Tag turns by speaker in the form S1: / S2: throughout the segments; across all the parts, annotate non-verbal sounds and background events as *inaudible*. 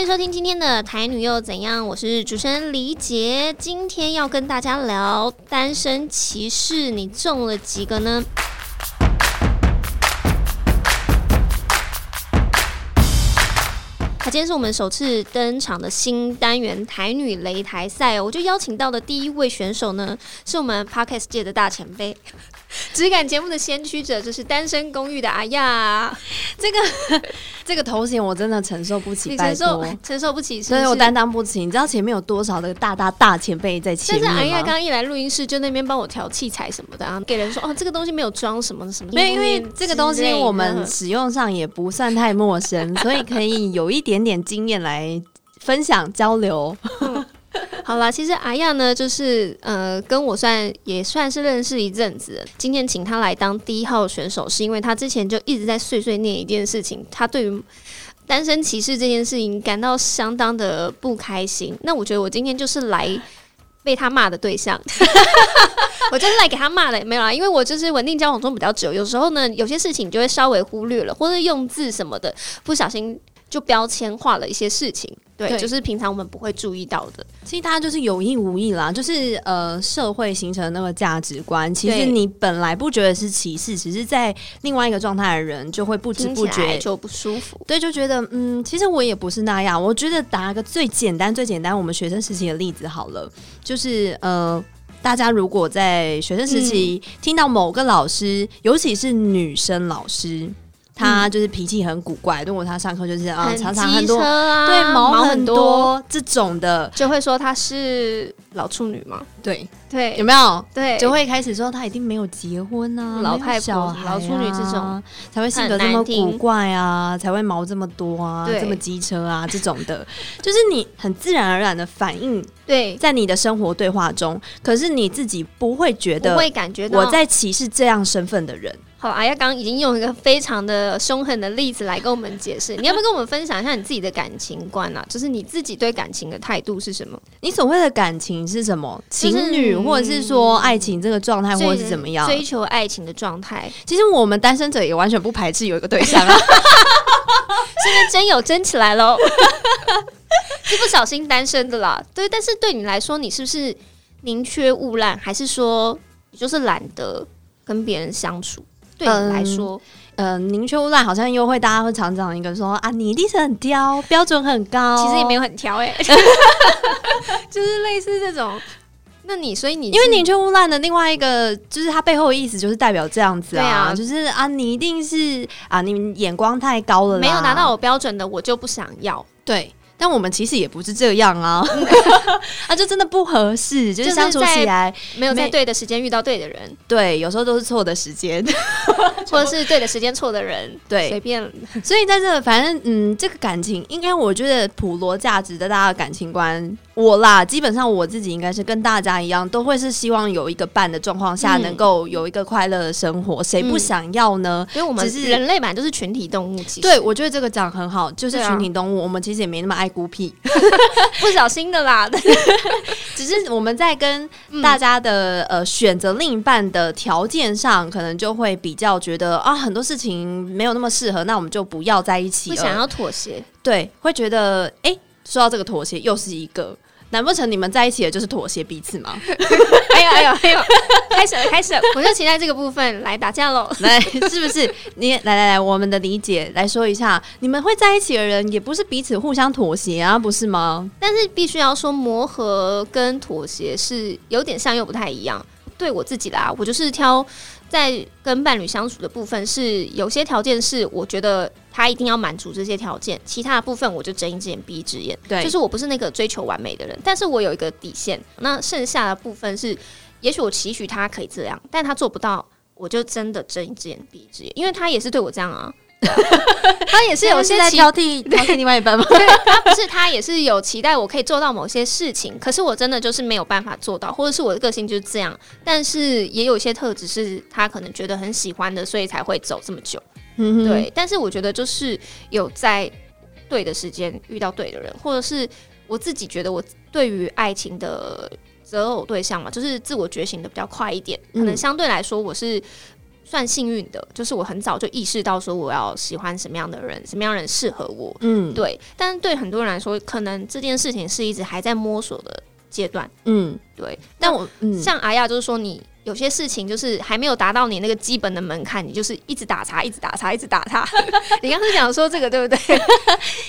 S1: 迎收听今天的《台女又怎样》，我是主持人黎杰。今天要跟大家聊单身歧视，你中了几个呢？他啊今天是我们首次登场的新单元“台女擂台赛”哦，我就邀请到的第一位选手呢，是我们 Podcast 界的大前辈， *laughs* 质感节目的先驱者，就是《单身公寓》的阿亚。
S2: 这个这个头衔我真的承受不起，
S1: 你
S2: 拜
S1: 承
S2: 托
S1: 受，承受不起是不
S2: *laughs* 所
S1: 是，
S2: 以我担当不起。你知道前面有多少的大大大前辈在前
S1: 但是
S2: 面
S1: 阿
S2: 吗？
S1: 亚刚刚一来录音室就那边帮我调器材什么的、啊，给人说哦这个东西没有装什么什么，
S2: 没有，因为这个东西我们使用上也不算太陌 *laughs* 生，所以可以有一点点经验来分享交流。
S1: *laughs* 好啦，其实阿亚呢，就是呃，跟我算也算是认识一阵子了。今天请他来当第一号选手，是因为他之前就一直在碎碎念一件事情，他对于单身歧视这件事情感到相当的不开心。那我觉得我今天就是来被他骂的对象。 *laughs* 我就是来给他骂的，没有啦，因为我就是稳定交往中比较久，有时候呢，有些事情就会稍微忽略了，或者用字什么的，不小心就标签化了一些事情，对
S2: 对
S1: 就是平常我们不会注意到的。
S2: *laughs* 其实大家就是有意无意啦，就是呃，社会形成的那个价值观，其
S1: 对
S2: 实你本来不觉得是歧视，只是在另外一个状态的人就会不知
S1: 听
S2: 不
S1: 起
S2: 觉
S1: 来就不舒服。
S2: 对，就觉得嗯，其实我也不是那样。我觉得打个最简单、最简单我们学生时期的例子好了，就是呃，大家如果在学生时期
S1: 嗯
S2: 听到某个老师，尤其是女生老师，她就是脾气很古怪，如果她上课就是啊、
S1: 嗯很
S2: 常常
S1: 机
S2: 很多
S1: 车啊，
S2: 对毛
S1: 很多，
S2: 多这种的，
S1: 就会说她是老处女嘛，
S2: 对，有
S1: 对
S2: 没有？
S1: 对，
S2: 就会开始说他一定没有结婚啊，
S1: 老
S2: 没有
S1: 太婆
S2: 小孩啊
S1: 老处女这种
S2: 才会性格这
S1: 很
S2: 么
S1: 难听
S2: 古怪啊，才会毛这么多啊，
S1: 对
S2: 这么机车啊这种的， *laughs* 就是你很自然而然的反应
S1: 对，
S2: 在你的生活对话中，可是你自己不会觉
S1: 不
S2: 得
S1: 会感觉到
S2: 我在歧视这样身份的人。
S1: 好。阿亚刚刚已经用一个非常的凶狠的例子来跟我们解释，你要不要跟我们分享一下你自己的感情观啊？就是你自己对感情的态度是什么？
S2: 你所谓的感情是什么？
S1: 就是
S2: 情侣，或者是说爱情这个状态， *laughs* 或者是怎么样？
S1: 追求爱情的状态，
S2: 其实我们单身者也完全不排斥有一个对象啊，
S1: 现在 *laughs* 真有真起来喽， *laughs* 是不小心单身的啦。对，但是对你来说，你是不是宁缺毋滥，还是说你就是懒得跟别人相处？对
S2: 嗯
S1: 你来说，
S2: 呃，宁缺毋滥好像又会大家会常常一个说啊，你一定是很挑，标准很高。
S1: 其实也没有
S2: 有，
S1: 很挑哎、
S2: 哦
S1: *laughs* 就是类似这种。那你所以你
S2: 因为
S1: 是
S2: 宁缺毋滥的另外一个就是它背后的意思就是代表这样子
S1: 对啊
S2: 就是啊，你一定是啊，你眼光太高了啦，
S1: 没有达到我标准的，我就不想要。
S2: 对。但我们其实也不是这样啊， *laughs* 啊，就真的不合适，就是
S1: 就是
S2: 相处
S1: 在
S2: 起来，
S1: 没有在
S2: 没
S1: 对的时间遇到对的人，
S2: 对，有时候都是错的时间，
S1: 或者是对的时间错的人，
S2: 对，
S1: 随便
S2: 所以在这，反正嗯，这个感情应该我觉得普罗价值的大家的感情观，我啦，基本上我自己应该是跟大家一样，都会是希望有一个伴的状况下，
S1: 嗯
S2: 能够有一个快乐的生活，谁不
S1: 嗯
S2: 想要呢？
S1: 因为我们
S2: 只是
S1: 人类本来就是群体动物，其实
S2: 对，我觉得这个讲很好，就是
S1: 对啊
S2: 群体动物，我们其实也没那么爱孤僻，
S1: 嗯不小心的啦。
S2: *laughs* 只是我们在跟
S1: *laughs* 嗯
S2: 大家的、呃选择另一半的条件上，可能就会比较觉得啊，很多事情没有那么适合，那我们就不要在一起哦
S1: 不
S2: 了。
S1: 想要妥协，
S2: 对，会觉得哎、诶说到这个妥协，又是一个，难不成你们在一起的就是妥协彼此吗？ *laughs*
S1: 哎呦哎呦哎呦， *laughs* 开始了开始了，我就期待这个部分来打架喽。
S2: 来，是不是？你来来来，我们的理解来说一下，你们会在一起的人也不是彼此互相妥协啊，不是吗？
S1: 但是必须要说，磨合跟妥协是有点像又不太一样。对我自己啦，我就是挑在跟伴侣相处的部分是有些条件是我觉得他一定要满足这些条件，其他的部分我就睁一只眼闭一只眼。
S2: 对
S1: 就是我不是那个追求完美的人，但是我有一个底线。那剩下的部分是，也许我期许他可以这样，但他做不到，我就真的睁一只眼闭一只眼，因为他也是对我这样 *laughs* 啊。对啊他也是有些
S2: 在
S1: 期
S2: 挑剔挑剔另外一半吗？
S1: *laughs* 不是他也是有期待我可以做到某些事情，可是我真的就是没有办法做到，或者是我的个性就是这样。但是也有一些特质是他可能觉得很喜欢的，所以才会走这么久。
S2: 嗯哼，
S1: 对，但是我觉得就是有在对的时间遇到对的人，或者是我自己觉得我对于爱情的择偶对象嘛，就是自我觉醒的比较快一点，可能
S2: 嗯
S1: 相对来说我是。算幸运的，就是我很早就意识到说我要喜欢什么样的人，什么样的人适合我。
S2: 嗯
S1: 对，但是对很多人来说，可能这件事情是一直还在摸索的阶段。
S2: 嗯，
S1: 对，
S2: 但
S1: 但
S2: 我嗯
S1: 像阿亚就是说，你有些事情就是还没有达到你那个基本的门槛，你就是一直打叉，一直打叉，一直打叉。 *laughs* 你刚刚讲说这个对 *laughs* 不对？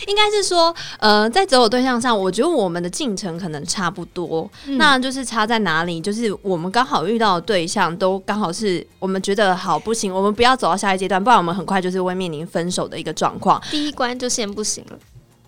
S2: 应该是说，呃，在择偶对象上，我觉得我们的进程可能差不多，
S1: 嗯
S2: 那就是差在哪里？就是我们刚好遇到的对象都刚好是我们觉得好不行，我们不要走到下一阶段，不然我们很快就是会面临分手的一个状况。
S1: 第一关就先不行了。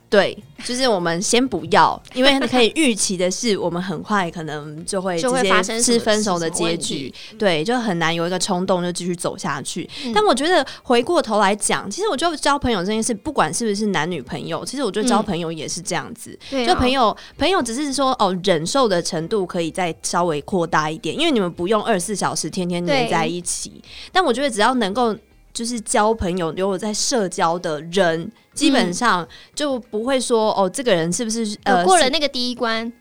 S2: 对，就是我们先不要，因为可以预期的是，我们很快可能就会
S1: 就会
S2: 直接
S1: 发生什
S2: 是
S1: 么
S2: 分手的
S1: 什么
S2: 结
S1: 问
S2: 局
S1: 题，
S2: 对，就很难有一个冲动就继续走下去。
S1: 嗯
S2: 但我觉得回过头来讲，其实我觉得交朋友这件事，不管是不是男女朋友，其实我觉得交
S1: 嗯
S2: 朋友也是这样子，
S1: 对、啊
S2: 就朋。友朋友只是说哦，忍受的程度可以再稍微扩大一点，因为你们不用二十四小时天天黏
S1: 对
S2: 在一起。但我觉得只要能够就是交朋友，有在社交的人，基本上就不会说哦，这个人是不是
S1: 嗯有
S2: 呃
S1: 过了
S2: 是
S1: 那个第一关，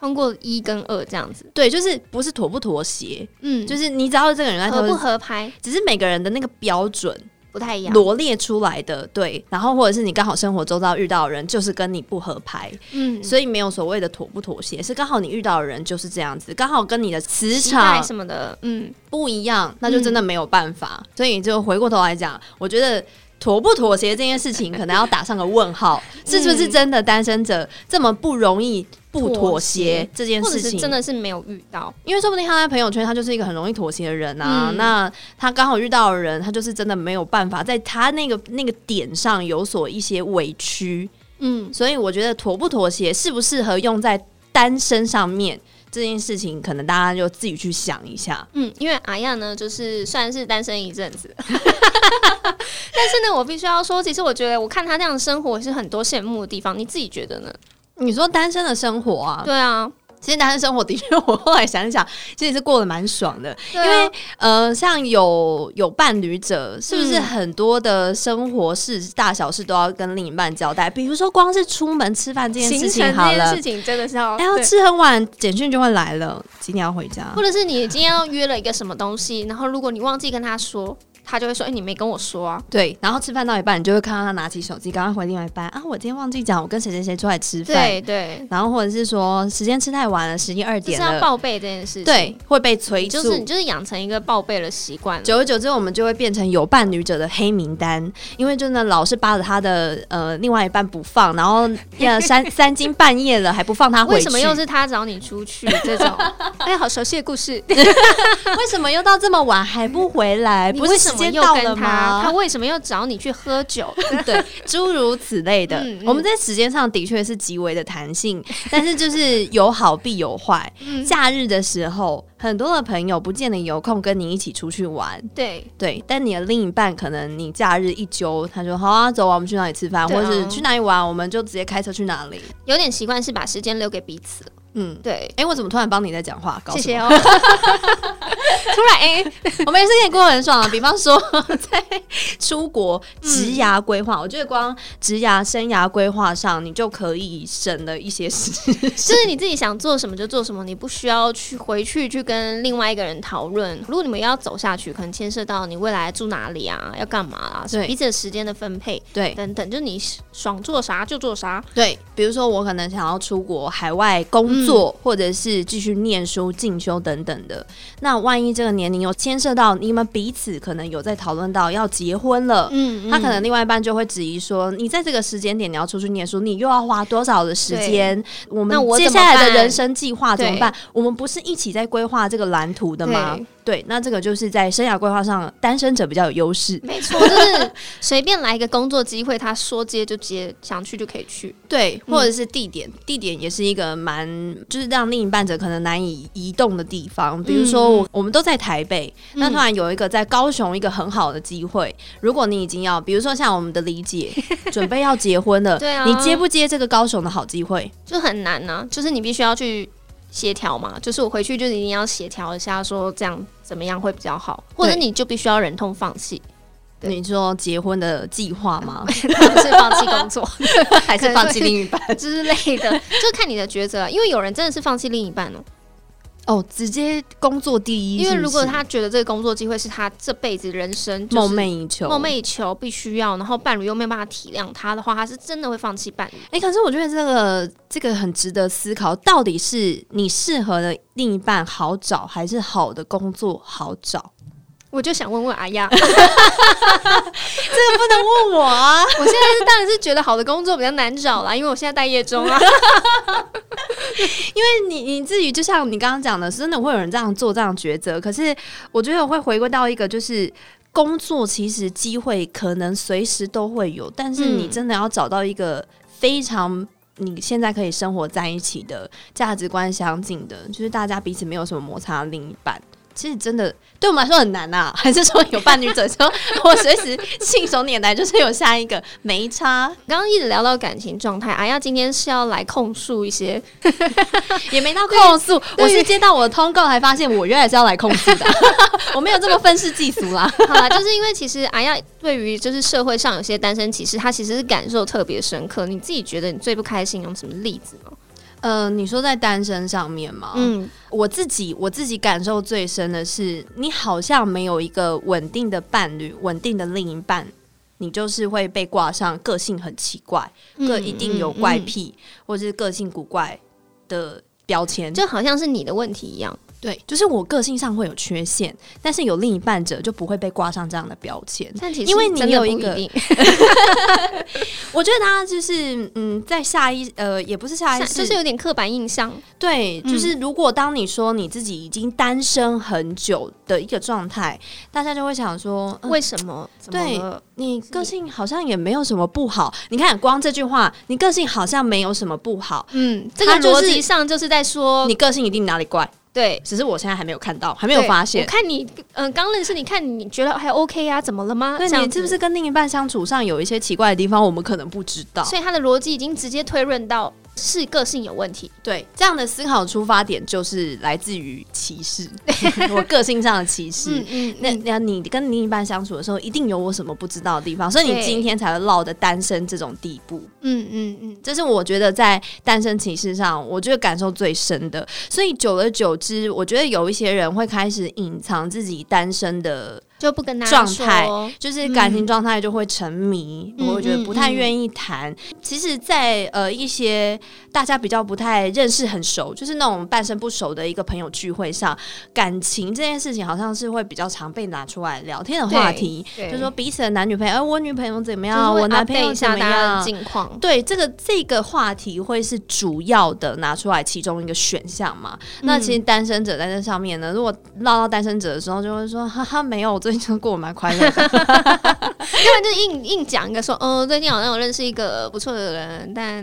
S1: 通过一跟二这样子，
S2: 对，就是不是妥不妥协，
S1: 嗯，
S2: 就是是你只要这个人在
S1: 合不
S2: 头，
S1: 合拍
S2: 只是每个人的那个标准
S1: 不太一样。
S2: 罗列出来的，对，然后或者是你刚好生活周遭遇到的人就是跟你不合拍，
S1: 嗯，
S2: 所以没有所谓的妥不妥协，是刚好你遇到的人就是这样子，刚好跟你的磁
S1: 期待
S2: 场
S1: 什么的，嗯，
S2: 不一样，那就真的没有办法。嗯所以就回过头来讲，我觉得。妥不妥协这件事情，可能要打上个问号，是不是真的单身者这么不容易不嗯妥
S1: 妥
S2: 协
S1: 协
S2: 这件
S1: 或者
S2: 事
S1: 是
S2: 情？
S1: 真的是没有遇到，
S2: 因为说不定他在朋友圈，他就是一个很容易妥协的人啊。
S1: 嗯
S2: 那他刚好遇到的人，他就是真的没有办法在他那个那个点上有所一些委屈。
S1: 嗯，
S2: 所以我觉得妥不妥协，适不适合用在单身上面这件事情，可能大家就自己去想一下。
S1: 嗯，因为阿亚呢，就是算是单身一阵子， *laughs* 但是呢，我必须要说，其实我觉得我看他这样的生活是很多羡慕的地方。你自己觉得呢？
S2: 你说单身的生活啊，
S1: 对啊，
S2: 其实单身生活的确，我后来想一想，其实是过得蛮爽的。
S1: 因
S2: 因为呃，像有有伴侣者，是不是
S1: 嗯
S2: 很多的生活事、大小事都要跟另一半交代？比如说，光是出门吃饭这件
S1: 行
S2: 事
S1: 程
S2: 情
S1: 这
S2: 好
S1: 件
S2: 了
S1: 事，情真的是要
S2: 哎，要
S1: 对
S2: 吃很晚，简讯就会来了，几点要回家
S1: 或？者是你今天要约了一个什么东西，然后如果你忘记跟他说，他就会说：“哎、你没跟我说啊。
S2: 对，然后吃饭到一半，你就会看到他拿起手机，赶快回另外一半啊！我今天忘记讲，我跟谁谁谁出来吃饭。
S1: 对”对对，
S2: 然后或者是说时间吃太晚了，十一二
S1: 就
S2: 点
S1: 是要
S2: 了，
S1: 报备这件事情。
S2: 对，会被催
S1: 你
S2: 促。
S1: 就是你就是养成一个报备的习惯了。
S2: 久而久之，我们就会变成有伴侣者的黑名单，因为真的老是扒着他的呃另外一半不放，然后要 *laughs* 三三更半夜了还不放他回去，
S1: 为什么又是他找你出去这
S2: *laughs*
S1: 种？哎，好熟悉的故事。
S2: 为什么又到这么晚还不回来？
S1: 你
S2: 不
S1: 为
S2: 是
S1: 什
S2: 时
S1: 么
S2: 间
S1: 又
S2: 到了
S1: 跟他？他
S2: 吗？
S1: 为什么又找你去喝 *laughs* 酒？
S2: 对，诸如此类的，
S1: 嗯嗯
S2: 我们在时间上的确是极为的弹 *laughs* 性，但是就是有好必有坏。
S1: 嗯
S2: 假日的时候，很多的朋友不见得有空跟你一起出去玩，
S1: 对，
S2: 对，但你的另一半可能你假日一揪，他说好啊，走啊，我们去哪里吃饭，
S1: 对
S2: 或
S1: 啊
S2: 者是去哪里玩，我们就直接开车去哪里。
S1: 有点习惯是把时间留给彼此。
S2: 嗯，
S1: 对，
S2: 哎、我怎么突然帮你在讲话？搞
S1: 谢
S2: 什
S1: 谢
S2: 么
S1: 哦。 *laughs* 突然哎，
S2: 我们也是可以过得很爽啊。比方说，在出国职涯规
S1: 嗯
S2: 划，我觉得光职涯生涯规划上，你就可以省了一些时间。
S1: 就是你自己想做什么就做什么，你不需要去回去去跟另外一个人讨论。如果你们要走下去，可能牵涉到你未来住哪里啊，要干嘛啊，
S2: 对
S1: 彼此的时间的分配
S2: 对
S1: 等等，就你爽做啥就做啥。
S2: 对，比如说我可能想要出国海外工
S1: 嗯
S2: 作，或者是继续念书、进修等等的。那万一这个年龄有牵涉到你们彼此可能有在讨论到要结婚了，
S1: 嗯
S2: 他可能另外一半就会质疑说：“你在这个时间点你要出去念书，你又要花多少的时间？我们
S1: 那我
S2: 接
S1: 怎么
S2: 下来的
S1: 办
S2: 人生计划怎么
S1: 对
S2: 办？我们不是一起在规划这个蓝图的吗？”对，那这个就是在生涯规划上，单身者比较有优势。
S1: 没错， *laughs* 就是随便来一个工作机会，他说接就接，想去就可以去。
S2: 对，或者是地点，地点也是一个蛮就是让另一半者可能难以移动的地方。比如说我，我们都在台北，
S1: 嗯
S2: 那突然有一个在高雄一个很好的机会，如果你已经要，比如说像我们的李姐准备要结婚了，
S1: 对啊
S2: 你接不接这个高雄的好机会？
S1: 就很难呢、就是你必须要去协调嘛，就是我回去就是一定要协调一下，说这样怎么样会比较好，或者
S2: 对
S1: 你就必须要忍痛放弃，对
S2: 你说结婚的计划吗？
S1: 不是放弃工
S2: *laughs*
S1: 作
S2: 还是放弃另一半？
S1: 之类的，就看你的抉择啊。因为有人真的是放弃另一半哦、
S2: 哦，直接工作第一是
S1: 因
S2: 不是，
S1: 为如果他觉得这个工作机会是他这辈子人生就是
S2: 梦寐以求，
S1: 梦寐以求必须要，然后伴侣又没有办法体谅他的话，他是真的会放弃伴侣。
S2: 哎、可是我觉得这个这个很值得思考，到底是你适合的另一半好找，还是好的工作好找？
S1: 我就想问问阿呀，
S2: 不能问我啊！
S1: *laughs* 我现在是当然是觉得好的工作比较难找啦，因为我现在待业中啊。
S2: 你你自己就像你刚刚讲的，真的会有人这样做这样抉择。可是我觉得我会回归到一个，就是工作其实机会可能随时都会有，但是
S1: 嗯
S2: 你真的要找到一个非常。你现在可以生活在一起的价值观相近的，就是大家彼此没有什么摩擦的另一半，其实真的对我们来说很难啊。 *laughs* 还是说有伴侣者说，我随时信手拈来就是有下一个没差，
S1: 刚刚一直聊到感情状态，阿呀今天是要来控诉一些 *laughs*
S2: 也没到控诉，
S1: 对
S2: 我是接到我的通告才发现，我原来是要来控 *laughs* 诉的，我没有这么愤世嫉俗啦。
S1: 好啦，就是因为其实阿亚对于就是社会上有些单身歧视，他其实是感受特别深刻。你自己觉得你最不开心有什么例子吗？
S2: *laughs* 呃，你说在单身上面嘛，
S1: 嗯，
S2: 我自己我自己感受最深的是，你好像没有一个稳定的伴侣，稳定的另一半，你就是会被挂上个性很奇怪，个一定有怪
S1: 嗯，
S2: 癖，或是个性古怪的标签
S1: 嗯。就好像是你的问题一样。
S2: 对，就是我个性上会有缺陷，但是有另一半者就不会被挂上这样的标签。
S1: 但其实
S2: 因为你
S1: 真的
S2: 有
S1: 不
S2: 一
S1: 一
S2: 个
S1: 定
S2: 我觉得他就是嗯，在下一呃，也不是 *laughs* 下一世，
S1: 就是有点刻板印象。
S2: 对，
S1: 嗯
S2: 就是如果当你说你自己已经单身很久的一个状态，大家就会想说，嗯
S1: 为什么？怎么
S2: 对
S1: 了
S2: 你个性好像也没有什么不好。你看，光这句话，你个性好像没有什么不好，
S1: 嗯，这个
S2: 他就
S1: 逻
S2: 是
S1: 辑上就是在说
S2: 你个性一定哪里怪，
S1: 对。
S2: 只是我现在还没有看到，还没
S1: 没
S2: 有发现
S1: 我。看你，嗯、刚认识你，看你觉得还 OK 啊？怎么了吗？
S2: 对
S1: 这样
S2: 你是不
S1: 子？
S2: 是跟另一半相处上有一些奇怪的地方，我们可能不知道。
S1: 所以他的逻辑已经直接推论到是个性有问题。
S2: 对，这样的思考出发点就是来自于歧
S1: *laughs*
S2: 视，我个性上的歧视。
S1: 嗯
S2: 那那你跟另一半相处的时候，一定有我什么不知道的地方，所以你
S1: 对
S2: 今天才会落得单身这种地步。
S1: 嗯嗯嗯，
S2: 这是我觉得在单身歧视上，我觉得感受最深的。所以久而久之，我觉得有一些人会开始隐藏自己单身的，
S1: 就不跟大家
S2: 状
S1: 说
S2: 态就是感情状态就会沉迷，
S1: 嗯
S2: 我会觉得不太愿意谈。其实在，呃一些大家比较不太认识、很熟，就是那种半生不熟的一个朋友聚会上，感情这件事情好像是会比较常被拿出来聊天的话题。
S1: 对
S2: 就是说彼此的男女朋友，哎、我女朋友怎么
S1: 就是
S2: 样？
S1: 会
S2: 我男朋
S1: update
S2: 友
S1: 一
S2: 怎
S1: 下
S2: 么
S1: 大家的
S2: 样？
S1: 近况，
S2: 对，这个这个话题会是主要的拿出来其中一个选项嘛？那
S1: 嗯
S2: 其实单身者在这上面呢，如果唠到单身者的时候，就会说哈哈，没有，我最近真的过得蛮快乐
S1: *laughs*
S2: 的。
S1: 要不然就是硬硬讲一个说，哦，最近好像有认识一个不错的人，但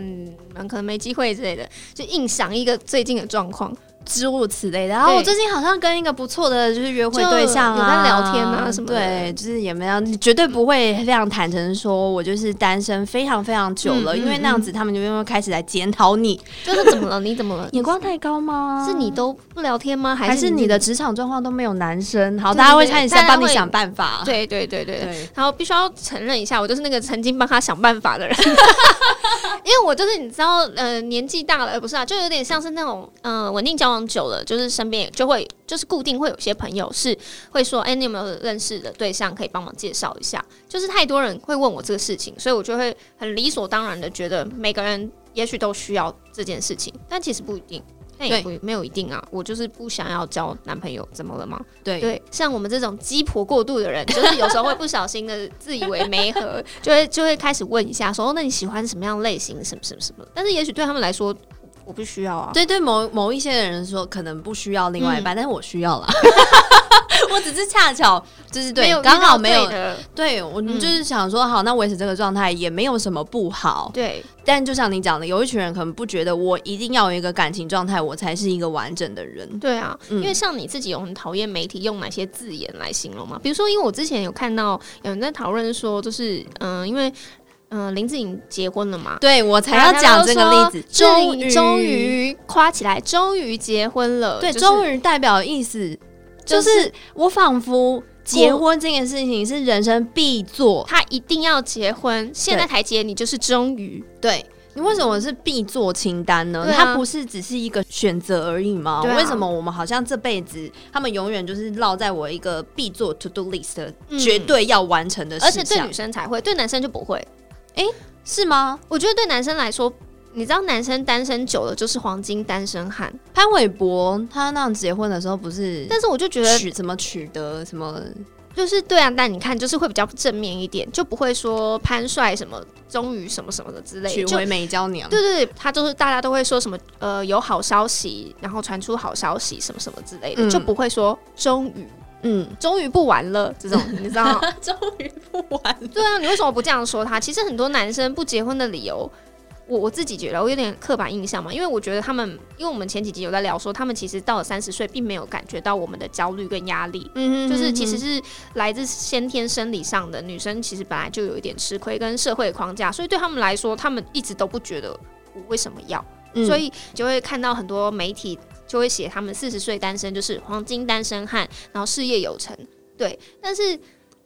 S1: 嗯可能没机会之类的，就硬想一个最近的状况，
S2: 诸如此类的。然后我
S1: 对
S2: 最近好像跟一个不错的就是约会
S1: 就
S2: 对象
S1: 有
S2: 啊，
S1: 在聊天啊什么的
S2: 对，就是也没有，你绝对不会非常坦诚说，我就是单身非常非常久了，
S1: 嗯嗯
S2: 因为那样子他们就会开始来检讨你，
S1: 就是怎么了？你怎 *laughs* 么了？
S2: 眼光太高吗？
S1: 是你都不聊天吗？
S2: 还
S1: 是
S2: 是你
S1: 你
S2: 的？职场状况都没有男生？好，
S1: 对
S2: 大家会
S1: 对
S2: 开始
S1: 大
S2: 想
S1: 家
S2: 帮你
S1: 会
S2: 想办法。
S1: 对对对对对。
S2: 对。
S1: 然后必须要承认一下，我就是那个曾经帮他想办法的人， *laughs* 因为我就是你知道，呃，年纪大了，呃不是啊，就有点像是那种，嗯、稳定交往久了，就是身边也就会就是固定会有些朋友是会说，哎、你有没有认识的对象可以帮忙介绍一下？就是太多人会问我这个事情，所以我就会很理所当然的觉得每个人也许都需要这件事情，但其实不一定。但也不没有一定啊，我就是不想要交男朋友，怎么了吗？
S2: 对
S1: 对，像我们这种鸡婆过度的人，就是 *laughs* 有时候会不小心的自以为没合， *laughs* 就会就会开始问一下说，哦，那你喜欢什么样类型，什么什么什么？但是也许对他们来说，我不需要啊。
S2: 对对，某某一些人说可能不需要另外一半，但是我需要 *laughs* 啦。我只是恰巧就是
S1: 没
S2: 对
S1: 有，遇
S2: 刚
S1: 到
S2: 好没
S1: 对
S2: 有哦
S1: 的，
S2: 对我
S1: 嗯
S2: 就是想说，好，那维持这个状态也没有什么不好。
S1: 对
S2: 但就像你讲的，有一群人可能不觉得我一定要有一个感情状态，我才是一个完整的人。
S1: 对啊，
S2: 嗯
S1: 因为像你自己有很讨厌媒体用哪些字眼来形容吗？比如说，因为我之前有看到有人在讨论说，就是嗯、呃因为嗯、呃林志颖结婚了嘛，
S2: 对啊我才要讲这个例子，
S1: 终
S2: 终
S1: 于
S2: 于
S1: 终于夸起来，终于结婚了，
S2: 对，
S1: 就是
S2: 终于代表意思就是我仿佛结婚这件事情是人生必做，
S1: 他一定要结婚，现在才结，你就是终于
S2: 对。你为什么是必做清单呢？
S1: 对啊
S2: 它不是只是一个选择而已吗？
S1: 对啊
S2: 为什么我们好像这辈子他们永远就是落在我一个必做 to do list，、
S1: 嗯
S2: 绝对要完成的
S1: 而
S2: 事
S1: 且对
S2: 项
S1: 女？生才会，对男生就不会。
S2: 是吗？
S1: 我觉得对男生来说，你知道男生单身久了就是黄金单身汉，
S2: 潘玮柏他那样结婚的时候不是
S1: 但是我就觉得
S2: 取什么取得什么？
S1: 就是对啊，但你看就是会比较正面一点，就不会说潘帅什么终于什么什么的之类的，
S2: 娶
S1: 就
S2: 回美娇娘，
S1: 对对，对他就是大家都会说什么呃有好消息，然后传出好消息什么什么之类的，
S2: 嗯
S1: 就不会说终于
S2: 嗯，
S1: 终于不玩了这种，你知道？
S2: *laughs* 终于不玩了。
S1: *laughs* 对啊，你为什么不这样说他？其实很多男生不结婚的理由，我我自己觉得我有点刻板印象嘛，因为我觉得他们，因为我们前几集有在聊说，他们其实到了三十岁，并没有感觉到我们的焦虑跟压力。
S2: 嗯
S1: 就是其实是来自先天生理上的，女生其实本来就有一点吃亏跟社会框架，所以对他们来说，他们一直都不觉得我为什么要，
S2: 嗯
S1: 所以就会看到很多媒体就会写他们四十岁单身就是黄金单身汉，然后事业有成，对，但是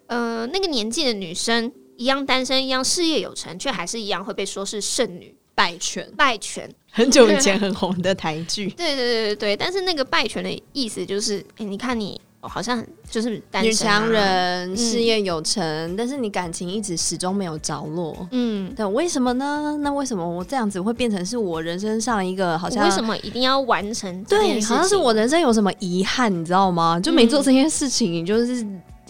S1: 呃那个年纪的女生一样单身，一样事业有成，却还是一样会被说是剩女。
S2: 败犬，
S1: 败犬，，
S2: 很久以前很红的台剧
S1: 对对对对对，但是那个败犬的意思就是，哎、你看你、哦好像很就是单
S2: 女
S1: 身啊、
S2: 强人，
S1: 嗯
S2: 事业有成，但是你感情一直始终没有着落。
S1: 嗯，
S2: 对，为什么呢？那为什么我这样子会变成是我人生上一个好
S1: 我
S2: 像
S1: 为什么一定要完成这件
S2: 对，
S1: 事情？嗯
S2: 好像是我人生有什么遗憾，你知道吗？就没做这件事情，你就是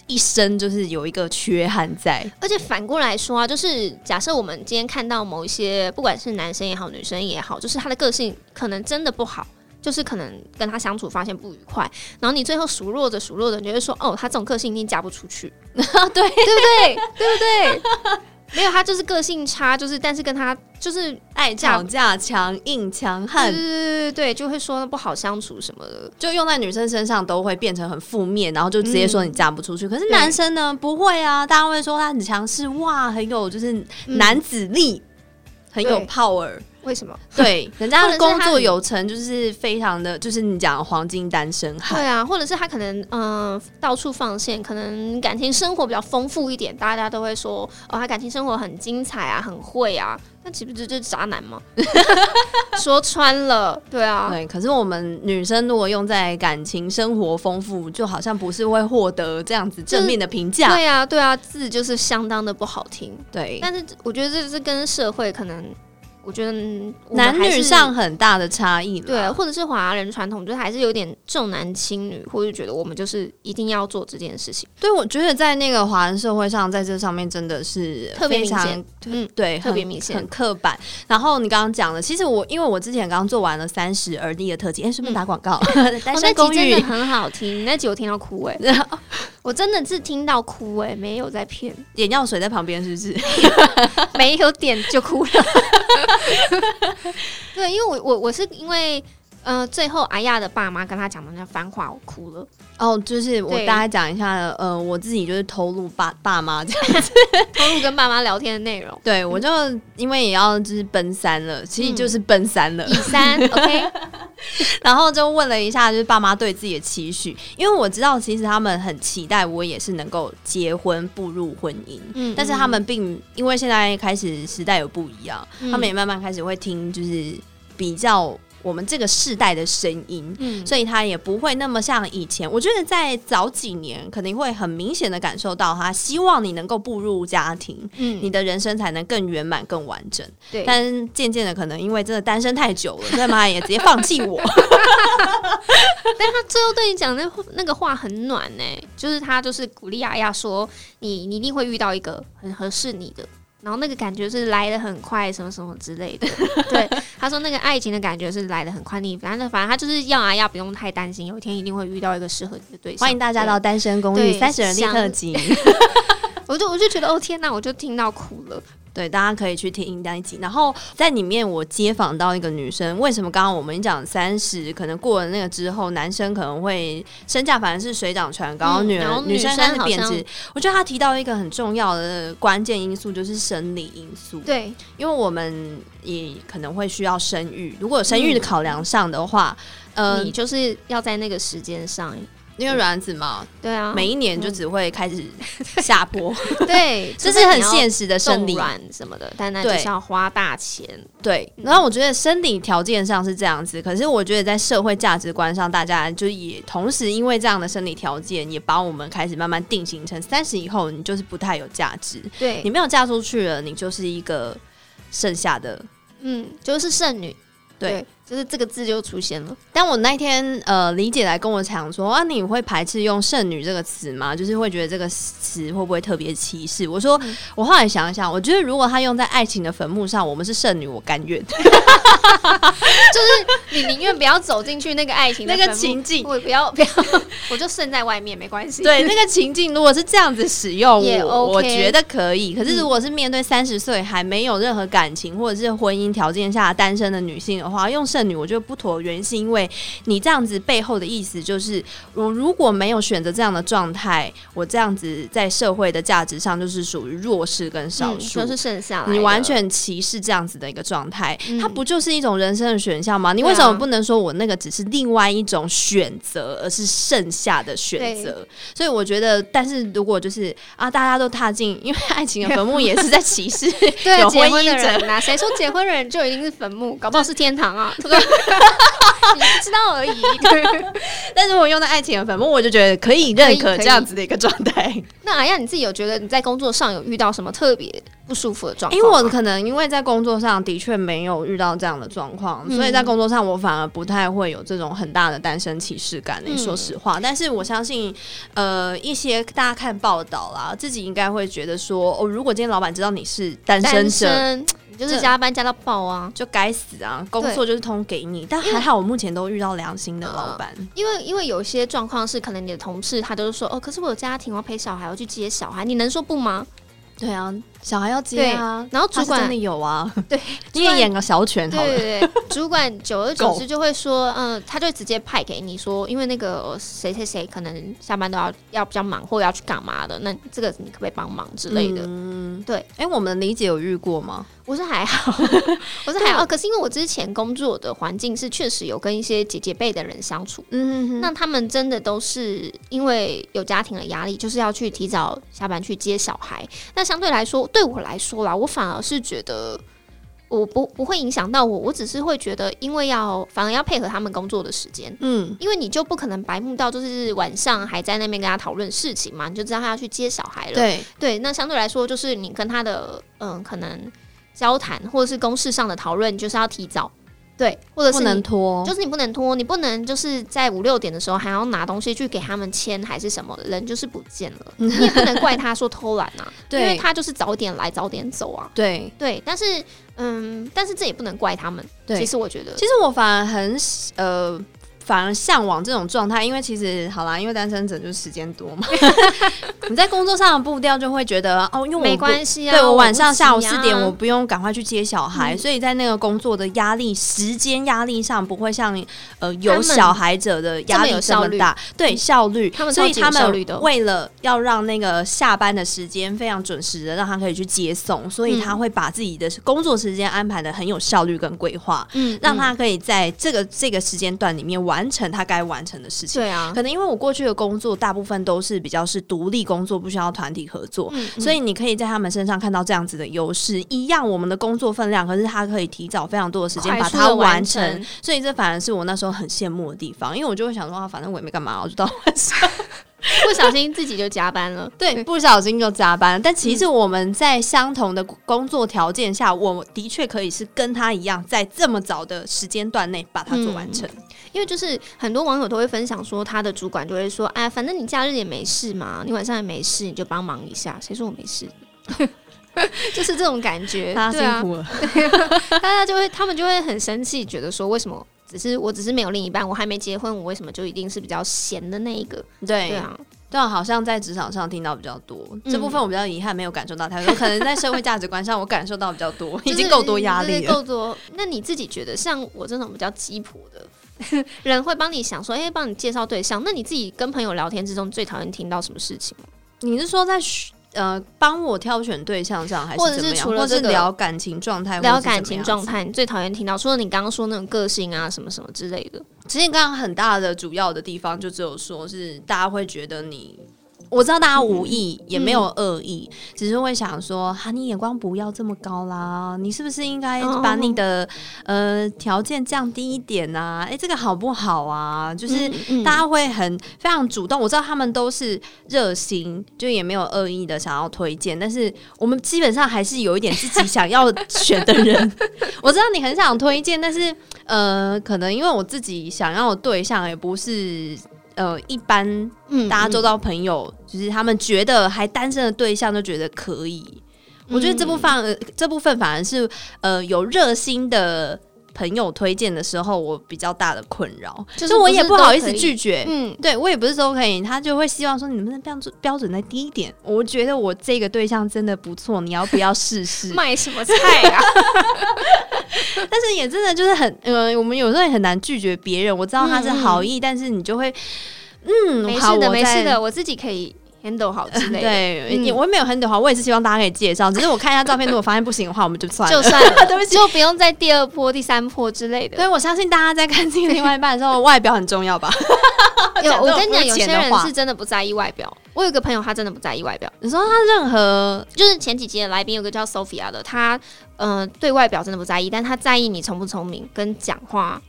S2: 一生就是有一个缺憾在。
S1: 而且反过来说啊，就是假设我们今天看到某一些，不管是男生也好，女生也好，就是他的个性可能真的不好，就是可能跟他相处发现不愉快，然后你最后数落着数落着，你就会说，哦，他这种个性一定嫁不出去，
S2: 对，
S1: 对不对？对不对？没有，他就是个性差，就是但是跟他就是
S2: 爱吵架、强硬、强
S1: 对对
S2: 悍，
S1: 对对对，就会说不好相处什么的。
S2: 就用在女生身上都会变成很负面，然后就直接说你嫁不出去。可是
S1: 嗯对
S2: 男生呢，不会啊，大家会说他很强势，哇，很有就是男子力，很有
S1: 嗯对
S2: power。
S1: 为什么？
S2: 对，人家
S1: 或者
S2: 的
S1: 是
S2: 工
S1: 他
S2: 作
S1: 很
S2: 有成，就是非常的，就是你讲的黄金单身汉。
S1: 对啊，或者是他可能嗯、呃到处放线，可能感情生活比较丰富一点，大家都会说哦他感情生活很精彩啊，很会啊，那岂不是就是渣男吗？ *laughs* 说穿了，对啊，
S2: 对，可是我们女生如果用在感情生活丰富，就好像不是会获得这样子正面的评价。
S1: 对啊，对啊，字就是相当的不好听。
S2: 对，
S1: 但是我觉得这是跟社会可能，我觉得嗯我们
S2: 男
S1: 还
S2: 女
S1: 是
S2: 上啊很大的差异啦。
S1: 对，或者是华人传统，就是还是有点重男轻女，或者觉得我们就是一定要做这件事情。
S2: 对，我觉得在那个华人社会上，在这上面真的是
S1: 特别
S2: 非
S1: 明
S2: 常
S1: 显嗯，
S2: 对，
S1: 特
S2: 很
S1: 别明显
S2: 很刻板。然后你刚刚讲的，其实我因为我之前刚做完了三十而立的特辑，哎、顺便打广 *laughs* 告，单
S1: 哦，
S2: 身公
S1: 那集
S2: 寓
S1: 真的很好听，那集我听到哭哎、 *laughs* 我真的是听到哭哎、没有在 *laughs* 骗，
S2: 眼药水在旁边，是不是？
S1: 没有点就哭了。 *laughs* 对，因为我我我是因为呃，最后阿亚的爸妈跟他讲的那番话，我哭 *laughs* 了。
S2: 哦，就是我
S1: 对
S2: 大概讲一下，呃，我自己就是偷录爸爸妈这样。，
S1: 偷录跟爸妈聊天的内容
S2: 对，我就因为也要就是奔三了，其实
S1: 嗯
S2: 就是奔三了， *laughs*
S1: 以三 *laughs* OK，
S2: 然后就问了一下，就是爸妈对自己的期许，因为我知道其实他们很期待我也是能够结婚步入婚姻，
S1: 嗯
S2: 但是他们并因为现在开始时代有不一样，
S1: 嗯
S2: 他们也慢慢开始会听，就是比较我们这个世代的声音。
S1: 嗯
S2: 所以他也不会那么像以前，我觉得在早几年肯定会很明显的感受到，他希望你能够步入家庭，
S1: 嗯
S2: 你的人生才能更圆满、更完整。
S1: 对，
S2: 但渐渐的，可能因为真的单身太久了，所以妈也直接放弃我。
S1: 但他最后哦对你讲的那那个话很暖呢、就是他就是鼓励阿亚说你你一定会遇到一个很合适你的，然后那个感觉是来的很快，什么什么之类的。对，他说那个爱情的感觉是来的很快，你反正反正他就是要阿亚不用太担心，有一天一定会遇到一个适合你的对象。
S2: *laughs* 欢迎大家到《单身公寓
S1: 对
S2: 三十人立
S1: 想
S2: 特辑》
S1: 对，我就我就觉得哦天哪，我就听到哭了。
S2: 对，大家可以去听那一集。然后在里面，我街访到一个女生，为什么刚刚我们讲三十，可能过了那个之后，男生可能会身价反而是水涨船高，
S1: 嗯
S2: 女
S1: 然后
S2: 人
S1: 女
S2: 生
S1: 生
S2: 开始
S1: 好
S2: 贬
S1: 像
S2: 值。我觉得他提到一个很重要的关键因素，就是生理因素，
S1: 对，
S2: 因为我们也可能会需要
S1: 嗯
S2: 生育。如果有生育的考量上的话，呃，
S1: 你就是要在那个时间上欸
S2: 因为软子嘛，
S1: 对啊，
S2: 每一年就只会
S1: *laughs*
S2: 开始下坡，
S1: 对，
S2: *laughs* 这是很现
S1: 实
S2: 实的生
S1: 冻
S2: 理。
S1: 卵什么的，但那就
S2: 对
S1: 是要花大钱。
S2: 对，然后我觉得生理条件上是这样子，可是我觉得在社会价值观上，大家就也同时因为这样的生理条件，也把我们开始慢慢定型成三十以后，你就是不太有价值，
S1: 对
S2: 你，没有嫁出去了，你就是一个剩下的
S1: 嗯，就是剩女，
S2: 对。
S1: 就是这个字就出现了。 *laughs*
S2: 但我那天呃，李姐来跟我讲说啊，你会排斥用“剩女”这个词吗？就是会觉得这个词会不会特别歧视？我说，我后来想一想，我觉得如果他用在爱情的坟墓上，我们是剩女，我甘愿。
S1: 你宁愿不要走进去那个爱情的
S2: 那个
S1: 坟墓
S2: 情境
S1: 我也不要 *laughs* 不要，我就剩在外面没关系。
S2: 对，那个情境如果是这样子使用，
S1: 也
S2: 我
S1: OK 嗯
S2: 我觉得可以。可是如果是面对三十岁还没有任何感情或者是婚姻条件下单身的女性的话，用剩女我觉得不妥。原因是因为你这样子背后的意思就是，我如果没有选择这样的状态，我这样子在社会的价值上就是属于弱势跟少
S1: 嗯
S2: 数。
S1: 就是剩下来的，
S2: 你完全歧视这样子的一个状态，
S1: 嗯啊
S2: 它不就是一种人生的选项吗？你为什么不能说我那个只是另外一种选择，而是剩下的选择？所以我觉得，但是如果就是啊，大家都踏进，因为爱情的坟墓也是在
S1: *laughs*
S2: 歧视
S1: 对啊
S2: 有
S1: 结
S2: 婚
S1: 婚的
S2: 姻者
S1: 人呐、谁说结婚的人就一定是坟
S2: *laughs*
S1: 墓？搞不好是天堂啊！对不对你不知道而已。 *laughs* 对
S2: 但是我用到爱情的坟墓，我就觉得可以认
S1: 可以
S2: 可
S1: 可以
S2: 这样子的一个状态。
S1: 那哎呀，你自己有觉得你在工作上有遇到什么特别不舒服的状
S2: 因
S1: 况
S2: 为
S1: 吗？
S2: 我可能因为在工作上的确没有遇到这样的状况，
S1: 嗯
S2: 所以在工作上我反而不太会有这种很大的单身歧视感、
S1: 嗯
S2: 你说实话，但是我相信，呃，一些大家看报道啦，自己应该会觉得说，哦，如果今天老板知道你是单身
S1: 单
S2: 者，
S1: 身，你就是加班加到爆啊！
S2: 就该死啊！工作就是通给你，但还好我目前都遇到良心的老板。
S1: 因为因为有些状况是，可能你的同事他都是说，哦，可是我有家庭，我要陪小孩，我要去接小孩，你能说不吗？
S2: 对啊，小孩要接啊，
S1: 然后
S2: 他
S1: 主
S2: 是真
S1: 管
S2: 的有 *laughs* 啊，
S1: 对，
S2: 你也演个小犬好了
S1: 对。对对，
S2: *laughs*
S1: 主管久而久
S2: 够
S1: 之就会说，嗯、他就会直接派给你说，因为那个呃谁谁谁可能下班都要要比较忙，或要去干嘛的，那这个你可不可以帮忙之类的？
S2: 嗯，
S1: 对。
S2: 哎、我们的理解有遇过吗？
S1: 我是还好，我是还好，可是因为我之前工作的环境是确实有跟一些姐姐辈的人相处，
S2: 嗯哼哼
S1: 那他们真的都是因为有家庭的压力，就是要去提早下班去接小孩。那相对来说，对我来说啦，我反而是觉得我不不会影响到我，我只是会觉得，因为要反而要配合他们工作的时间。
S2: 嗯。
S1: 因为你就不可能白目到就是晚上还在那边跟他讨论事情嘛，你就知道他要去接小孩了。
S2: 对，
S1: 对，那相对来说就是你跟他的嗯可能交谈或者是公事上的讨论，就是要提早对，或者
S2: 不
S1: 是你
S2: 能拖，
S1: 就是你不能拖，你不能就是在五六点的时候还要拿东西去给他们签还是什么的，人就是不见了， *laughs* 你也不能怪他说偷懒 *laughs* 啊，因
S2: 对
S1: 为他就是早点来早点走啊。
S2: 对
S1: 对，但是嗯，但是这也不能怪他们。
S2: 对。
S1: 其实我觉得，
S2: 其实我反而很喜呃，反而向往这种状态，因为其实好啦，因为单身者就是时间多
S1: *laughs*
S2: 嘛，你在工作上的步调就会觉得哦，因为我
S1: 没
S2: 不
S1: 关系啊，
S2: 对我
S1: 不
S2: 晚上
S1: 急
S2: 下午
S1: 啊嗯
S2: 四点，我不用赶快去接小孩，所以在那个工作的压力、时间压力上，不会像呃
S1: 他
S2: 有
S1: 们
S2: 小孩者的
S1: 这
S2: 压力
S1: 么有
S2: 这么
S1: 效率
S2: 大。对
S1: 嗯
S2: 效率，
S1: 他们
S2: 所以
S1: 超级有
S2: 他
S1: 效率
S2: 们
S1: 的
S2: 为了要让那个下班的时间非常准时的让他可以去接送，所以他
S1: 嗯
S2: 会把自己的工作时间安排的很有效率跟规划，
S1: 嗯，
S2: 让
S1: 嗯
S2: 他可以在这个这个时间段里面完成他该完成的事情。
S1: 对啊，
S2: 可能因为我过去的工作大部分都是比较是独立工作，不需要团体合作，
S1: 嗯
S2: 所
S1: 以
S2: 以你可以在他们身上看到这样子的优势。一样，我们的工作分量，可是他可以提早非常多的时间把它完成，所以这反而是我那时候很羡慕的地方，因为我就会想说啊，反正我也没干嘛，我就到晚上，
S1: 不小心自己就加班了。
S2: *laughs* 对，不小心就加班。但
S1: 嗯
S2: 其实我们在相同的工作条件下，我的确可以是跟他一样，在这么早的时间段内把它做完
S1: 嗯
S2: 成。
S1: 因为就是很多网友都会分享说，他的主管就会说：“哎，反正你假日也没事嘛，你晚上也没事，你就帮忙一下。”谁说我没事？ *laughs* 就是这种感觉，
S2: 大
S1: 对
S2: 家辛
S1: 啊，
S2: 苦了，
S1: 大家就会他们就会很生气，觉得说为什么只是我只是没有另一半，我还没结婚，我为什么就一定是比较闲的那一个？
S2: *laughs* 对
S1: 对啊，
S2: 对啊，好像在职场上听到比较多，
S1: 嗯
S2: 这部分我比较遗憾没有感受到太多，可能在社会价值观上我感受到比较 *laughs* 多，已
S1: 就
S2: 经
S1: 是
S2: 够多压力
S1: 对
S2: 了。
S1: 够多。那你自己觉得，像我这种比较鸡婆的 *laughs* 人，会帮你想说，哎、帮你介绍对象。那你自己跟朋友聊天之中，最讨厌听到什么事情吗？
S2: 你是说在学呃帮我挑选对象上，还
S1: 或
S2: 是
S1: 者
S2: 怎么
S1: 是
S2: 样，
S1: 除了
S2: 或
S1: 这
S2: 是
S1: 个
S2: 聊感情状态，
S1: 聊
S2: 或是怎么
S1: 感情
S2: 样
S1: 状
S2: 子。
S1: 态，你最讨厌听到，除了你刚刚说那种个性啊什么什么之类的，
S2: 其实刚刚很大的主要的地方，就只有说是大家会觉得你。我知道大家无意，也没有恶意，只是会想说：哈、你眼光不要这么高啦，你是不是应该把你的、呃条件降低一点啊？哎、这个好不好啊？就是
S1: 嗯
S2: 大家会很非常主动，我知道他们都是热心，就也没有恶意的想要推荐，但是我们基本上还是有一点自己想要选的
S1: *laughs*
S2: 人。我知道你很想推荐，但是呃，可能因为我自己想要的对象也不是。呃，一般
S1: 嗯
S2: 大家周
S1: 都
S2: 遭朋友，就是他们觉得还单身的对象，就觉得可以。
S1: 嗯
S2: 我觉得这部分、呃这部分反而是呃有热心的朋友推荐的时候，我比较大的困扰，
S1: 就是
S2: 就我也
S1: 不是
S2: 不
S1: 都
S2: 好意思
S1: 可以
S2: 拒绝。
S1: *laughs* 嗯
S2: 对我也不是说可以，他就会希望说你们的标准标准再低一点。我觉得我这个对象真的不错，你要不要
S1: *laughs*
S2: 试试？
S1: 卖什么菜 *laughs* 啊？
S2: 但是也真的就是很呃，我们有时候也很难拒绝别人。我知道他是
S1: 嗯
S2: 好意，但是你就会嗯，
S1: 没
S2: 好
S1: 事的，没事。
S2: 我再
S1: 的，我自己可以 handle 好之类的，
S2: 对，
S1: 嗯
S2: 也我也没有很懂，我也是希望大家可以介绍。只是我看一下照片，如果发现不行的话，我们就
S1: *laughs*
S2: 算了。
S1: 就算了，
S2: 对不起
S1: 就不啊用在第二波、第三波之类的。
S2: 对，我相信大家在看这个另外一半的时
S1: *laughs*
S2: 候，外表很重要吧？
S1: 有，
S2: 讲这
S1: 我
S2: 种
S1: 跟你讲，有
S2: 肤
S1: 些
S2: 浅的
S1: 人
S2: 话
S1: 是真的不在意外表。我有一个朋友，他真的不在意外表。
S2: 你说他任何
S1: 就是前几集的来宾有个叫 Sophia 的，她呃对外表真的不在意，但她在意你聪不聪明跟讲话。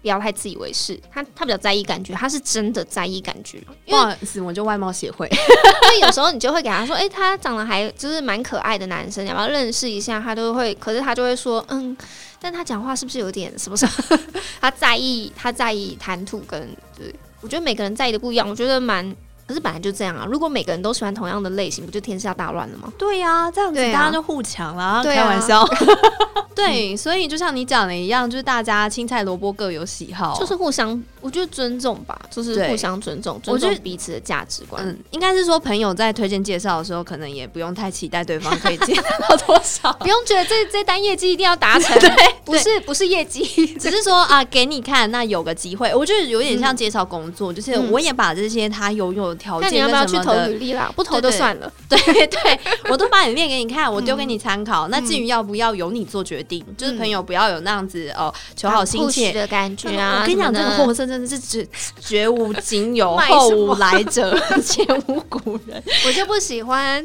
S1: 不要太自以为是，她她比较在意感觉，她是真的在意感觉，因
S2: 不
S1: 为
S2: 好意思，我就外貌协会。
S1: *laughs* 因为有时候你就会给她说，哎、他长得还就是蛮可爱的男生，要不要认识一下？她都会，可是她就会说，嗯，但她讲话是不是有点什么什么？ *laughs* 她在意，她在意谈吐跟，对，我觉得每个人在意的不一样，我觉得蛮，可是本来就这样啊。如果每个人都喜欢同样的类型，不就天下大乱了吗？
S2: 对呀、这样子
S1: 对啊
S2: 大家就互抢啦，
S1: 对啊
S2: 开
S1: *laughs*
S2: 玩笑。对，所以就像你讲的一样，就是大家青菜萝卜各有喜好，
S1: 就是互相，我觉得尊重吧，就是
S2: 哦对
S1: 互相尊重，
S2: 我
S1: 尊
S2: 觉得
S1: 重彼此的价值观。
S2: 嗯，应该是说朋友在推荐介绍的时候，可能也不用太期待对方可以接到多
S1: *laughs*
S2: 少。
S1: 不用觉得这这单业绩一定要达
S2: *laughs*
S1: 成，不是不是业绩，
S2: 只是说啊，给你看，那有个机会，我觉得有点像介绍工作，就是
S1: 嗯
S2: 我也把这些他拥有的
S1: *laughs*
S2: 条
S1: 那你
S2: 件
S1: 要
S2: 跟
S1: 不要
S2: 什
S1: 去
S2: 么
S1: 投
S2: 的
S1: 履历啦？不投就
S2: 对对
S1: 算了。
S2: 对对，我都把你列给你看，我
S1: 嗯
S2: 丢给你参考。那至于要不要由你做决定，就是朋友不要有那样子哦，求好心
S1: 嗯
S2: 切
S1: push 的感觉啊！
S2: 我跟你讲，
S1: 什
S2: 这
S1: 么
S2: 个
S1: 的
S2: 货色真的是绝绝无仅有，
S1: *laughs* 卖
S2: 后
S1: 什
S2: 无
S1: 么
S2: 来者， *laughs* 前无古人。
S1: *laughs* 我就不喜欢。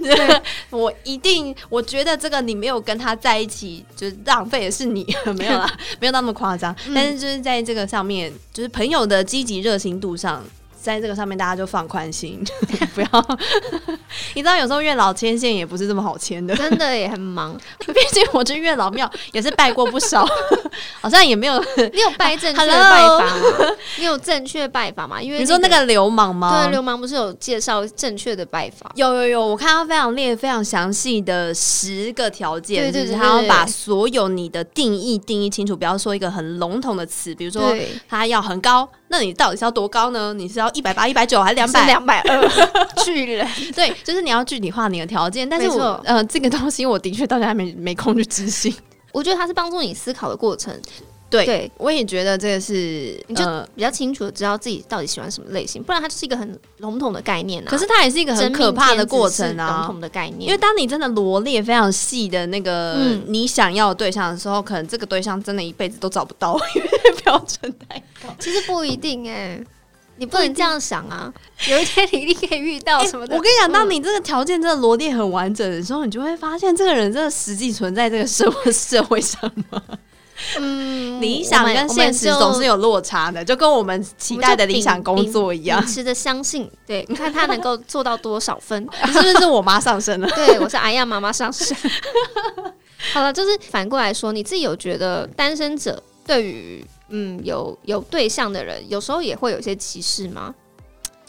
S2: 我一定，我觉得这个你没有跟他在一起，就是浪费的是你， *laughs* 没有
S1: *laughs*
S2: 啦，没有那么夸张。
S1: 嗯
S2: 但是就是在这个上面，就是朋友的积极热情度上。在这个上面，大家就放宽心， *laughs* 不要。你知道，有时候月老牵线也不是这么好牵
S1: *laughs*
S2: 的，
S1: 真的也很忙，
S2: 毕竟我去月老庙也是拜过不少， *laughs* 好像也没有。
S1: *laughs* 你有拜正确的拜
S2: *laughs* Hello
S1: 法吗？你有正确拜法吗？因为
S2: 你说那个哦流氓吗？
S1: 对流氓不是有介绍正确的拜法？
S2: 有有有，我看到非常列非常详细的十个条件，
S1: 对对
S2: 就是
S1: 对
S2: 他要
S1: 对
S2: 把所有你的定义定义清楚，不要说一个很笼统的词，比如说
S1: 对，
S2: 他要很高，那你到底是要多高呢？你是要一百八、一百九还是两百？
S1: 两百二 *laughs* 巨
S2: *laughs*
S1: 人，
S2: 对，就是你要具体化你的条件。但是
S1: 没错
S2: 我呃，这个东西我的确到现在还没没空去执行。
S1: 我觉得它是帮助你思考的过程，
S2: 对，
S1: 对，
S2: 我也觉得这个是
S1: 你就
S2: 呃
S1: 比较清楚的知道自己到底喜欢什么类型，不然它就是一个很笼统的概念啊。
S2: 可是它也是一个很
S1: 真命
S2: 可怕的
S1: 天子
S2: 过
S1: 是
S2: 程
S1: 笼
S2: 啊。
S1: 统的概念，
S2: 因为当你真的罗列非常细的那个
S1: 嗯
S2: 你想要的对象的时候，可能这个对象真的一辈子都找不到，因为标准太高。
S1: 其实不一定哎、
S2: 欸
S1: 你不能这样想啊。有一天你一定可以遇到什么的。
S2: 我跟你讲，当你这个条件真的罗列很完整的时候，你就会发现这个人真的实际存在这个社会社会上吗？
S1: 嗯
S2: 理想跟现实总是
S1: 有
S2: 有落差的，就跟我们期待的理想工作一样。
S1: 持着相
S2: *laughs*
S1: 信，对，看他能够做到多少分。
S2: 你是不是我妈上身了？
S1: 对，我是哎呀妈妈上身。 *laughs* 好了，就是反过来说，你自己有觉得单身者对于嗯有有对象的人，有时候也会有一些歧视吗？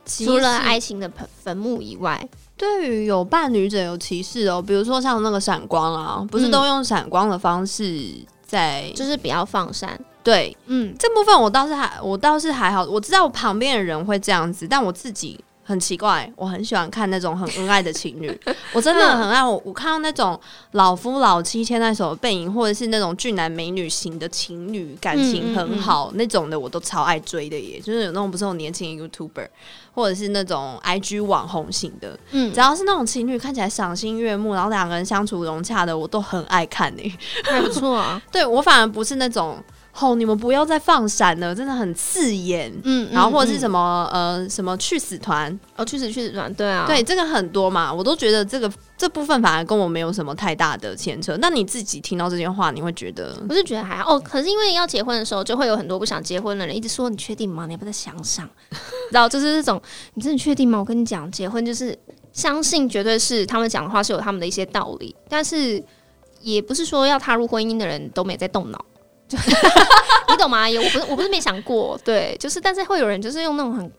S1: 除了爱情的坟坟墓以外，
S2: 对于有伴侣者有歧视哦，比如说像那个闪光啊，不是
S1: 嗯
S2: 都用闪光的方式在、
S1: 就是不要放闪。
S2: 对
S1: 嗯，
S2: 这部分我倒是还我倒是还好，我知道我旁边的人会这样子，但我自己很奇怪，我很喜欢看那种很恩爱的情侣，我真的很爱我。我看到那种老夫老妻牵在手的背影，或者是那种俊男美女型的情侣，感情很好那种的，我都超爱追的耶。就是有那种不是有年轻的 YouTuber，或者是那种 IG 网红型的，
S1: 嗯
S2: 只，要是那种情侣看起来赏心悦目，然后两个人相处融洽的，我都很爱看诶。
S1: 还不错
S2: *laughs*
S1: 啊。
S2: 对我反而不是那种，吼、你们不要再放闪了，真的很刺眼。
S1: 嗯，
S2: 然后或者
S1: 么？
S2: 是什么、呃什么去死团，
S1: 哦，去死去死团，对啊，
S2: 对，这个很多嘛，我都觉得这个这部分反而跟我没有什么太大的牵扯。那你自己听到这些话，你会觉得
S1: 我是觉得还好哦，可是因为要结婚的时候，就会有很多不想结婚的人一直说：“你确定吗？你要不要再想想？” *laughs* 然后就是这种，你真的确定吗？我跟你讲，结婚就是相信，绝对是他们讲的话是有他们的一些道理，但是也不是说要踏入婚姻的人都没在动脑， *laughs* 就你懂吗？也我不是我不是没想过，对，就是但是会有人就是用那种很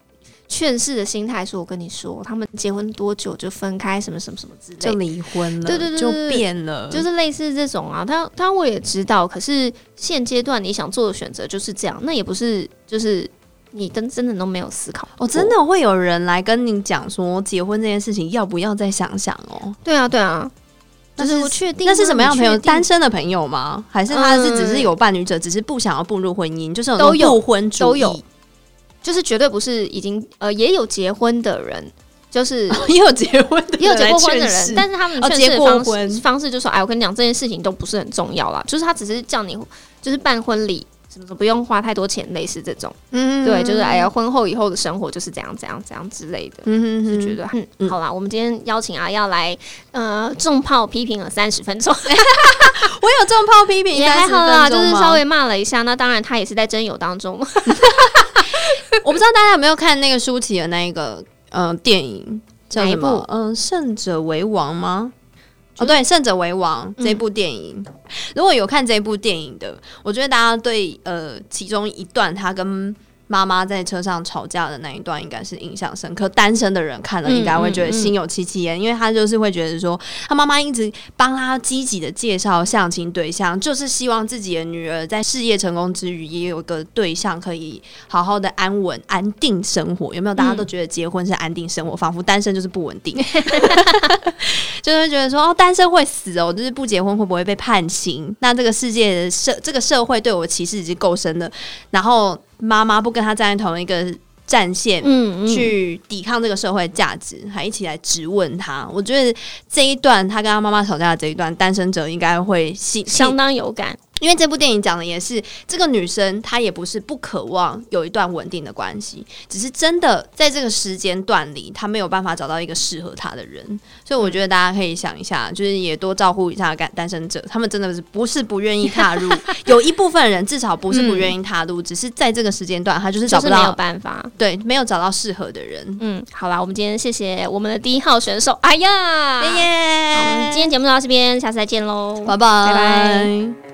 S1: 劝世的心态说：“我跟你说，他们结婚多久就分开，什么什么什么之类的。”
S2: 离婚了
S1: 对对对对对
S2: 就变了，
S1: 就是类似这种啊。他他我也知道，可是现阶段你想做的选择就是这样，那也不是就是你真真的都没有思考。
S2: 哦，真的会有人来跟你讲说结婚这件事情要不要再想想哦。
S1: 对啊，对啊，就
S2: 那
S1: 是
S2: 是
S1: 我确定吗。
S2: 那是什么样的朋友？
S1: 你确定
S2: 单身的朋友吗？还是他
S1: 嗯
S2: 是只是有伴侣者，只是不想要步入婚姻，就是
S1: 都有
S2: 有不婚主
S1: 都
S2: 义
S1: 有，就是绝对不是已经呃也有结婚的人，就是。
S2: *laughs* 也有结婚的人
S1: 也有结过婚的
S2: 哦来劝
S1: 人，
S2: 世
S1: 但是他们
S2: 哦
S1: 劝世
S2: 结
S1: 的
S2: 过
S1: 方式、
S2: 婚
S1: 方式就说：“哎，我跟你讲，这件事情都不是很重要啦，就是他只是叫你就是办婚礼，什么什么不用花太多钱，类似这种。
S2: 嗯
S1: 对，就是哎呀，婚后以后的生活就是怎样怎样怎样之类的。
S2: 嗯哼
S1: 就
S2: 哼
S1: 觉得嗯，好啦，我们今天邀请阿耀来，呃，重炮批评了三十分钟，
S2: 我有这种炮批评
S1: *laughs* 也
S2: 30
S1: 还
S2: 哎分钟
S1: 好啦，
S2: 吗，
S1: 就是稍微骂了一下。那当然，他也是在真友当中，
S2: 我不知道大家有没有看那个舒淇的那一个呃电影叫
S1: 哪一
S2: 什么
S1: 部？呃
S2: 嗯、胜者为王吗？哦，对，《胜者为王》
S1: 嗯
S2: 这部电影，如果有看这部电影的，我觉得大家对呃其中一段他跟妈妈在车上吵架的那一段，应该是印象深刻。单身的人看了，
S1: 嗯
S2: 应该会觉得
S1: 嗯嗯
S2: 心有戚戚焉，因为他就是会觉得说，他妈妈一直帮他积极的介绍相亲对象，就是希望自己的女儿在事业成功之余，也有个对象可以好好的安稳、安定生活。有没有？大家都觉得结婚是安定生活，仿佛单身就是不稳定， *laughs* 就是会觉得说哦，单身会死哦，就是不结婚会不会被判刑？那这个世界的社这个社会对我的歧视已经够深了，然后妈妈不跟他站在同一个战线，
S1: *laughs* 嗯，
S2: 去抵抗这个社会价值，还一起来质问他。我觉得这一段他跟他妈妈吵架的这一段，单身者应该会心
S1: 相当有感，
S2: 因为这部电影讲的也是这个女生，她也不是不渴望有一段稳定的关系，只是真的在这个时间段里，她没有办法找到一个适合她的人。所以我觉
S1: 嗯
S2: 得大家可以想一下，就是也多照顾一下单单身者，他们真的是不是不愿意
S1: *laughs*
S2: 踏入，有一部分人至少不是不愿意踏入，只是在这个时间段，他就是
S1: 嗯就
S2: 找
S1: 是
S2: 不
S1: 没有
S2: 到。
S1: 办法。
S2: 对，没有找到适合的人，
S1: 嗯，好啦，我们今天谢谢我们的第一号选手，哎呀，
S2: 耶
S1: 好我们今天节目到这边，下次再见喽，
S2: 拜拜
S1: 拜